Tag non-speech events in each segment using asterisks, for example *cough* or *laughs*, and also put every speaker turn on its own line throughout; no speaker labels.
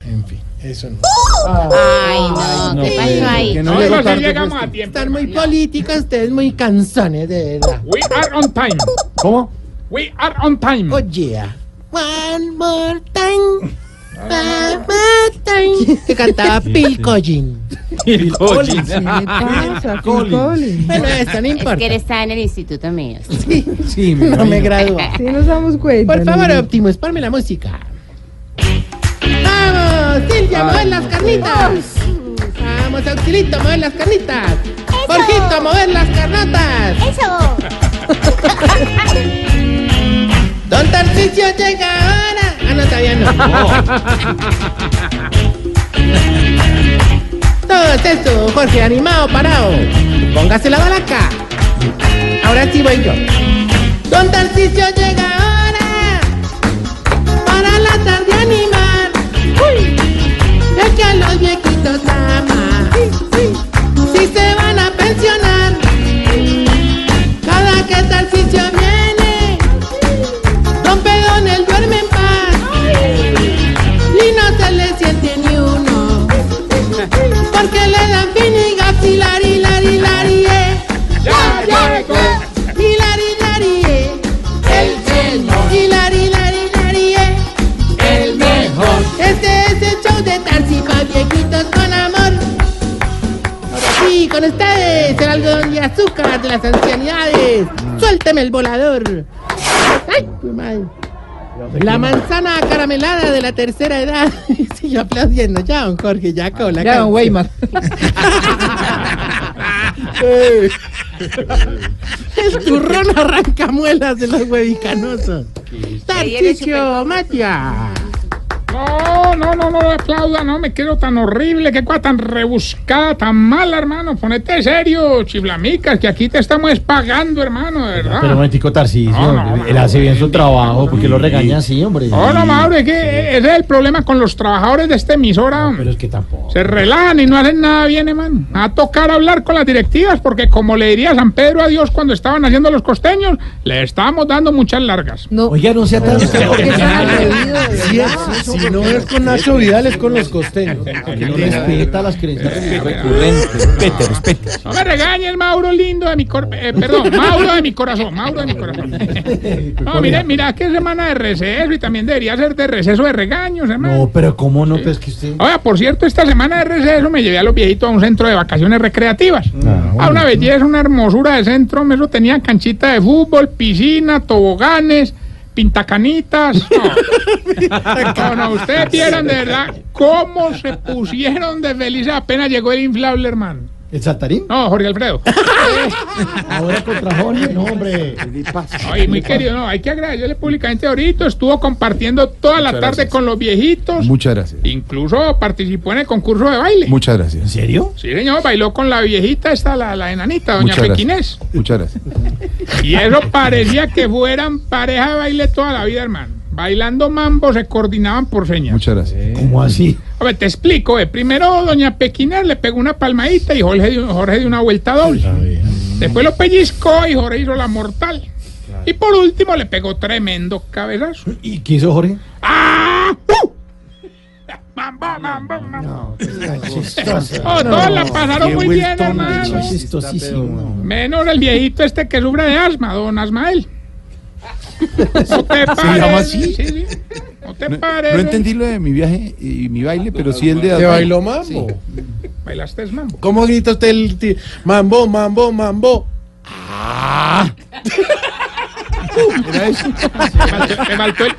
Sanfi. Eso no.
Ay, no,
no
¿qué
puede
pasó
ser,
ahí?
que
No,
No,
no,
llegó
no
tarde,
llegamos
pues,
a tiempo.
Están muy políticos, ustedes muy canzones, de verdad.
We are on time.
¿Cómo?
We are on time.
Oye, One more time. One more time. Que cantaba Phil Collins.
Phil Collins.
¿Qué pasa, Phil
Collins.
Collins?
Bueno, eso no
Es
importa.
que él está en el instituto mío.
Sí, me
No me
imagino.
graduó.
Sí, nos damos cuenta.
Por favor,
niño.
Optimus, ponme la música. ¡Vamos! Silvia, mover las carnitas. Vamos, Auxilito, mover las carnitas. Jorgito, mover las carnotas.
¡Eso!
*laughs* Don Tarcicio llega ahora. Ah, no, todavía no. *laughs* Todo es eso, Jorge, animado, parado. Póngase la balaca. Ahora sí voy yo. Don Tarcicio llega ahora. Para la tarde animar. Uy. Es que a los viejitos ama. Si se van a pensionar. Cada que Tarcicio viene. Don Pedones duerme en paz Y no se le siente ni uno Porque le dan finigas y lari lari lari eh.
Ya llegó.
Y lari lari eh. El señor Y lari lari lari eh.
El mejor.
Este es el show de Tarsi pa' viejitos con amor Y con ustedes el algodón y azúcar de las ancianidades Suélteme el volador Ay, mi madre. La manzana caramelada de la tercera edad. *laughs* Sigue aplaudiendo. Ya, don Jorge, ya con la
Ya,
cara.
don Weimar.
El turrón arranca muelas de los huevicanosos. Tarcicio Matia.
No, no, no, no aplauda, no me quedo tan horrible, qué cosa tan rebuscada, tan mala, hermano. Ponete serio, chiflamicas, que aquí te estamos pagando, hermano, de verdad.
Pero momentico, Tarcisio,
No, no,
él hace bien su trabajo, porque lo regaña así, hombre.
No, no, Mauro, es que e-, ese es el problema con los trabajadores de esta emisora. hombre.
Pero es que tampoco.
Se relajan y no hacen nada bien, hermano. A tocar hablar con las directivas, porque como le diría San Pedro a Dios cuando estaban haciendo los costeños, le estábamos dando muchas largas.
No,
Oiga, no sea tan...
porque se han atrevido, de verdad.
si
no es con Nacho Vidal, es con los costeños. Respeta las creencias recurrentes. Respete, respete.
No me regañes, Mauro lindo de mi cor... eh, perdón, Mauro de mi corazón, Mauro de mi corazón. No, mira, mira, que semana de receso y también debería ser de receso de regaños, hermano.
No, pero ¿cómo no? Pues que usted...
Ahora, por cierto, esta semana de receso me llevé a los viejitos a un centro de vacaciones recreativas. A una belleza, una hermosura de centro, eso tenía canchita de fútbol, piscina, toboganes, pintacanitas. No, no, no, ustedes vieron de verdad cómo se pusieron de felices apenas llegó el inflable, hermano.
¿El saltarín?
No, Jorge Alfredo.
Ahora contra Jorge, no, hombre.
Ay, muy querido, no, hay que agradecerle públicamente ahorita. Estuvo compartiendo toda la tarde con los viejitos.
Muchas gracias.
Incluso participó en el concurso de baile.
Muchas
¿En
gracias.
serio?
sí, señor, bailó con la viejita, esta, la, la enanita, doña
Muchas
Pequinés.
gracias. Muchas gracias.
Y eso parecía que fueran pareja de baile toda la vida, hermano. Bailando mambo se coordinaban por señas.
Muchas gracias.
¿Cómo así?
A ver, te explico. eh. Primero, doña Pequinés le pegó una palmadita y Jorge dio, Jorge dio una vuelta doble. Después lo pellizcó y Jorge hizo la mortal. Y por último le pegó tremendo cabezazo.
¿Y qué hizo Jorge?
¡Ah! ¡Uh! ¡Mambo, mambo, mambo! Oh, todos la pasaron muy bien, hermano.
Es chistosísimo.
Menos el viejito este que sufre de asma, don
*laughs*
Asmael. No te pares.
llama así?
Sí, sí. No te
No,
pares.
no entendí lo de mi viaje y mi baile, pero sí el de...
¿Te bailó mambo?
Bailaste es mambo.
¿Cómo grita usted el ti- mambo, mambo, mambo?
Me faltó, me faltó el.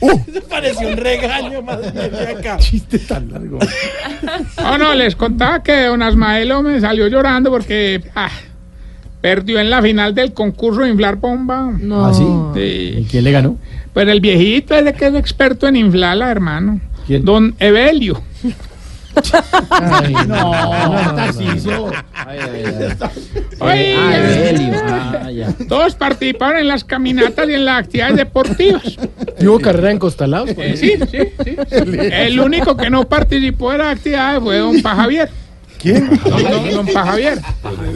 ¡Uh!
Pareció un regaño, madre de acá.
Chiste tan largo.
No, no, les contaba que don Asmaelo me salió llorando porque ah, perdió en la final del concurso de inflar bomba.
No.
¿Ah, sí?
Sí.
¿Y quién le ganó?
Pero el viejito es de que es experto en inflarla, hermano.
¿Quién?
Don Evelio.
No, no, Tarcicio.
Oye,
Ah, Evelio. Ah, ya.
todos participaron en las caminatas y en las actividades deportivas.
¿Y hubo carrera en Costalados?
Eh, sí, sí, sí. El único que no participó de las actividades fue don Pa Javier. ¿Quién? Don, don, don Pa Javier.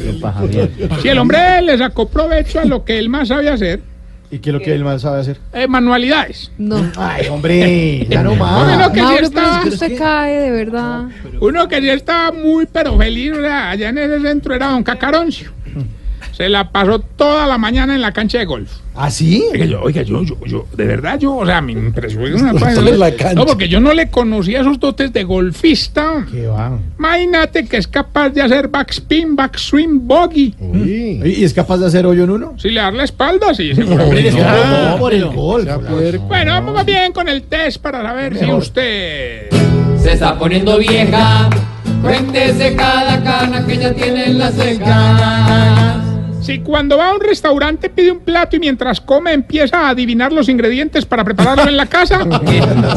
Don Pajavier.
Si el hombre le sacó provecho a lo que él más sabía hacer,
¿Y qué es lo que el man sabe hacer?
Eh, manualidades.
No.
Ay, hombre, ya no
Hombre, no,
más.
que sí
Mauro, pero
estaba-
es que usted cae, de verdad.
Uno que ya estaba muy pero feliz, o sea, allá en ese centro era don Cacaroncio. Se la pasó toda la mañana en la cancha de golf.
¿Ah, sí?
Oiga, yo, oiga, yo, yo, yo, de verdad, yo, o sea, me impresionó
*laughs*
una cosa.
Solo en la cancha.
No, porque yo no le conocía esos dotes de golfista.
Qué va.
Imagínate que es capaz de hacer backspin, backswing, bogey.
Oh. Uy. ¿Y es capaz de hacer hoyo en uno?
Si le da la espalda, sí, seguramente.
No,
Ah,
no, por el gol.
pues. Bueno, vamos bien con el test para saber si usted.
Se está poniendo vieja. Cuéntese cada cana que ya tiene en las cejas.
Si cuando va a un restaurante pide un plato y mientras come empieza a adivinar los ingredientes para prepararlo en la
*laughs*
casa.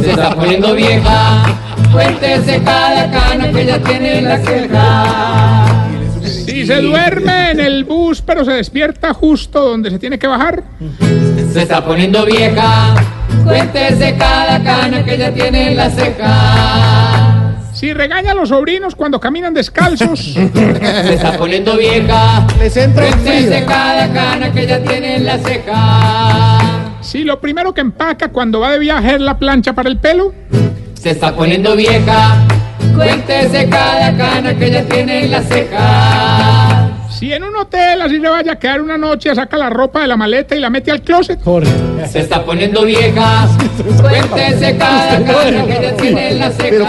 Se está poniendo vieja. Cuéntese cada cana que ya tiene en las cejas.
Si se duerme en el bus pero se despierta justo donde se tiene que bajar.
Se está poniendo vieja. Cuéntese cada cana que ya tiene en las cejas.
Si regaña a los sobrinos cuando caminan
*laughs*
descalzos.
Se está poniendo vieja.
Les entra un frío.
Cuéntese cada cana que ya tiene en las cejas.
Si lo primero que empaca cuando va de viaje es la plancha para el pelo.
Se está poniendo vieja. Cuéntese cada cana que ya tiene en las cejas.
Si en un hotel así le vaya a quedar una noche, saca la ropa de la maleta y la mete al closet.
Se está poniendo vieja. Cuéntese cada cana que ya tiene en las cejas.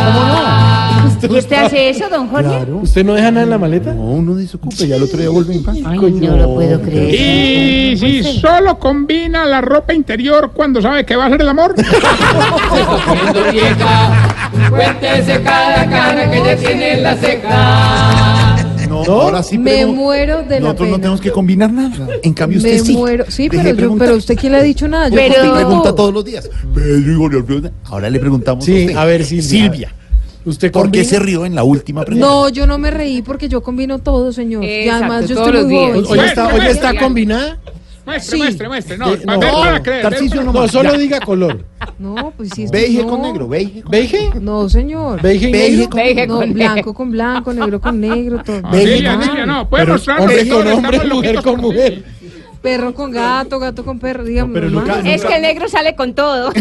¿Usted hace eso, don Jorge?
¿Usted no deja nada en la maleta?
No, uno desocupa y al otro día vuelve en paz.
Ay, no lo puedo creer.
Y si solo combina la ropa interior cuando sabe que va a hacer el
*laughs*
amor.
Se está poniendo vieja. Cuéntese cada cana que ya tiene en las cejas.
No, ahora sí,
Me muero de la
Nosotros no
pena.
tenemos que combinar nada. En cambio, usted
Me
sí.
muero. Sí,
Deje
pero,
de
yo,
preguntar.
pero usted quién le ha dicho nada. Yo
Pero-
contigo-
Pregunta todos los días. Pedro Igor, le pregunta. Ahora le preguntamos a
Sí,
usted.
a ver, Silvia.
Silvia,
¿Usted
¿por qué
combina?
se rió en la última pregunta?
No, yo no me reí porque yo combino todo, señor. y
Exacto,
además yo
todos
estoy
los
muy
días.
joven.
Hoy está, hoy está
Bueno,
combinada.
Muestre,
Sí.
Pues, muestre, muestre. No,
Eh,
pa- ver para creer. ver
Tarcisio
para-
no, solo diga color.
No, pues sí. es que
Beige
no.
con negro, beige con
¿Beige?
No, señor.
¿Beige y negro?
Beige
No,
con
blanco con blanco, negro con negro, todo.
Ah, Silvia, Silvia, no. Puede
Pero
mostrar.
hombre
señor,
con hombre,
estamos
mujer
loquitos
con
por ti.
mujer.
Perro con gato, gato con perro, dígame.
pero
nomás.
Luca- *laughs*
Es que el negro sale con todo. *laughs*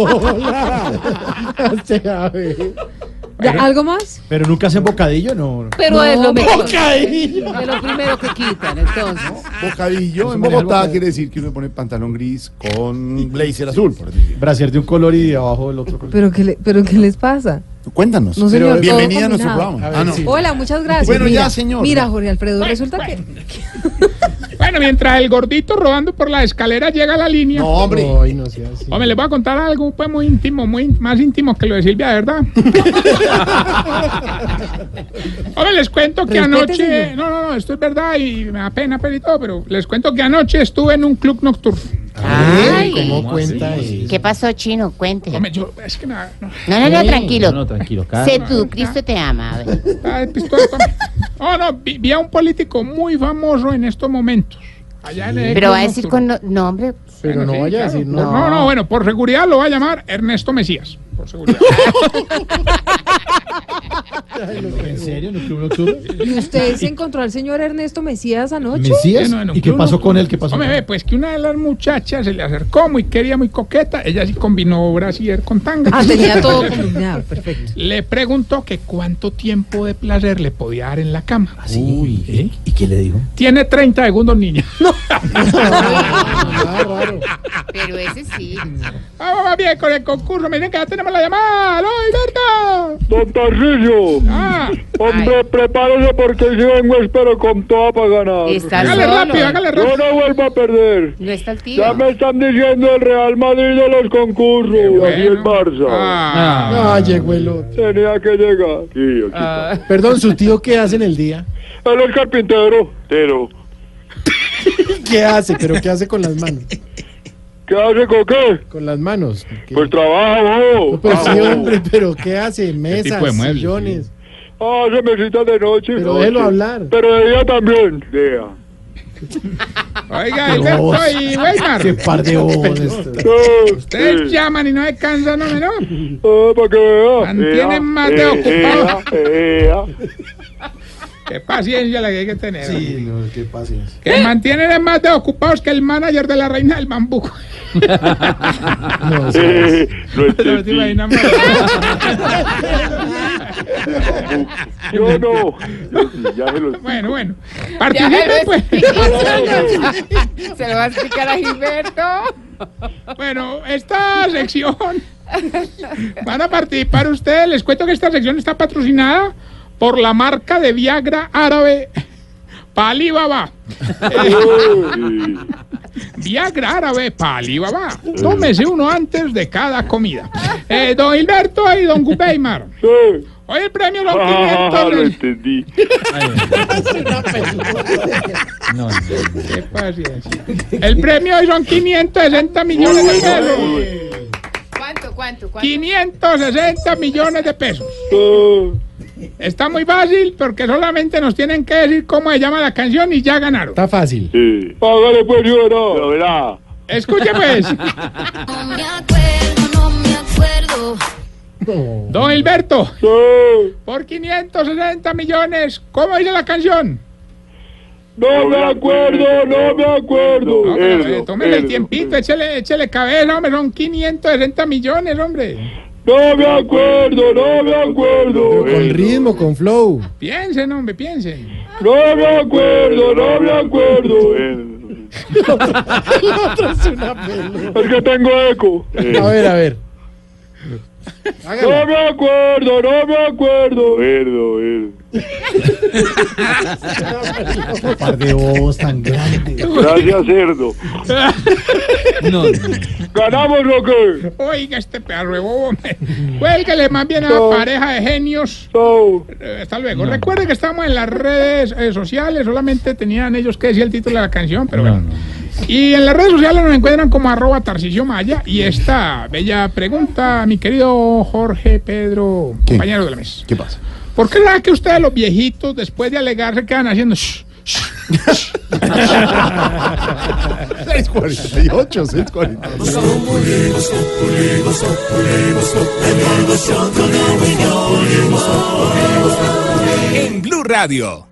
*laughs* Hola. Se sabe.
Ya, ¿Algo más?
Pero nunca hacen bocadillo, no.
Pues,
no.
Pero es lo mejor.
Bocadillo.
De lo primero que quitan, entonces.
Bocadillo en Bogotá quiere decir que uno pone pantalón gris con blazer azul, por decir.
Brasier de un color y de abajo del otro color.
¿Pero qué, le- pero qué les pasa?
Cuéntanos.
No, señor, todo
bienvenida a nuestro
combinado.
programa.
A ver,
Ah, no.
sí.
Hola, muchas gracias.
Bueno, ya,
mira,
señor.
Mira, Jorge Alfredo,
Bueno,
resulta que...
bueno. Bueno, mientras el gordito rodando por la escalera llega a la línea.
No, hombre.
Ay, no sea así.
Hombre, les voy a contar algo pues muy íntimo, muy más íntimo que lo de Silvia, de verdad. *laughs* Hombre, les cuento que
Respete,
anoche,
señor.
no, no, no, esto es verdad y me da pena pero y todo, pero les cuento que anoche estuve en un club nocturno.
Ay.
¿Cómo cuenta eso?
¿Qué pasó, chino? Cuente.
Hombre, yo es que me da- no,
No, no, no, tranquilo.
tranquilo.
Sé tú, Cristo te ama. a ver.
está de pistola conmigo. Oh, no, vi, vi a un político muy famoso en estos momentos. Allá en el
Pero
club
va a decir
nocturno.
con no- nombre.
Pero
Bueno,
no
sí,
vaya a
claro.
decir
Por-
no.
No, no, bueno, por seguridad lo va a llamar Ernesto Mesías. Por seguridad.
*laughs*
¿En serio? ¿En el club nocturno?
¿Y usted se encontró al señor Ernesto Mesías anoche?
¿Mesías?
Bueno, en un
¿Y qué
club
pasó
nocturno.
con él? ¿Qué pasó?
Hombre,
con
ve,
él?
pues que una de las muchachas se le acercó muy querida, muy coqueta. Ella sí combinó brasier con tanga.
Ah, tenía todo combinado, perfecto.
*laughs* Le preguntó que cuánto tiempo de placer le podía dar en la cama. ¿eh?
Uy, Ah, ¿y qué le dijo?
Tiene 30 segundos, Ah, niña. *laughs*
Pero ese sí.
Vamos más Ah, bien con el concurso. Miren que ya tenemos la llamada. ¡Aló, Alberto!
Don Tarcillo,
Ah,
hombre, prepárese porque yo vengo, espero con toda para ganar.
Está
hágale
solo.
rápido, hágale
Yo
rápido.
no vuelvo a perder.
No está el tío.
Ya me están diciendo el Real Madrid de los concursos, así el Barça.
Ah,
Ah, llegó el otro.
Tenía que llegar. Sí, aquí está.
Perdón, ¿su tío qué hace en el día?
Él es carpintero. Pero,
¿Qué hace? ¿Pero qué hace con las manos?
¿qué hace con qué?
*laughs* Con las manos. ¿Qué?
Pues trabajo.
Pero sí,
Trabajo.
hombre, pero ah, oh. ¿qué hace? Mesas,
tipo de muebles,
sillones.
Ah, se me cita de noche.
Pero
Noche.
déjelo hablar.
Pero de día también. Día.
Oiga, Alberto y Weimar.
Qué par *laughs* de bobos estos.
Eh,
Ustedes
eh,
llaman y no se cansan, hombre, ¿no?
eh, para que vea.
Mantienen
Ea,
más de
eh,
ocupado.
ea, ea.
Qué paciencia la que hay que tener. hombre.
Sí, no, qué paciencia.
Que mantienen es más de ocupados que el manager de la reina del *laughs* bambuco.
No, o sea,
eh, *laughs* No
No te
entendí.
imaginas más.
*laughs* Yo no. Yo sí, ya se lo
Bueno, bueno.
Ya
Participen,
se lo
pues.
explico. Se lo va a explicar a Gilberto.
Bueno, esta sección. Van a participar ustedes. Les cuento que esta sección está patrocinada por la marca de Viagra árabe Palibaba.
Eh, *laughs* explico.
Viagra árabe Palibaba. Tómese uno antes de cada comida. Eh, don Gilberto y don Gupeymar.
Sí.
Hoy el premio los 500.
Ah, lo
les-
*laughs* entendí.
no, no.
Qué paciencia. El premio hoy son 560 millones de pesos.
¿Cuánto, cuánto, cuánto?
560 millones de pesos.
Ah,
Está muy fácil porque solamente nos tienen que decir cómo se llama la canción y ya ganaron.
Está fácil.
sí.
Hágale pues, yo no.
Pero verá.
Escuche pues,
No me acuerdo, no me acuerdo.
don Hilberto,
Sí.
por 560 millones, ¿cómo dice la canción?
No me acuerdo, no me acuerdo.
No, pero,
pues. Erdo,
eh, tómele el
Erdo,
tiempito,
Erdo.
échele, échele cabeza, hombre, son 560 millones, hombre.
No me acuerdo, no me acuerdo.
Con ritmo, con flow.
Piensen, hombre, piensen.
No me acuerdo, no me acuerdo. *laughs*
Erdo.
Es que tengo eco.
A ver, a ver.
No me acuerdo, no me acuerdo.
Erdo, Erdo.
Un par de bobos tan grandes.
Gracias, Erdo.
No, no.
*laughs* ¿Ganamos lo que?
Oiga, este perro de bobo,
*laughs*
hombre. Cuélguele más bien a la pareja de genios.
So,
Eh, Hasta luego. Recuerden que estamos en las redes eh, sociales, solamente tenían ellos que decir el título de la canción, pero bueno. Y en las redes sociales nos encuentran como arroba Tarcisio Maya. Y esta bella pregunta, mi querido Jorge Pedro,
¿Qué?
compañero de la mesa.
¿Qué pasa?
¿Por qué será que ustedes los viejitos, después de alegar, se quedan haciendo... shh, shh?
648, 648.
En Blue Radio.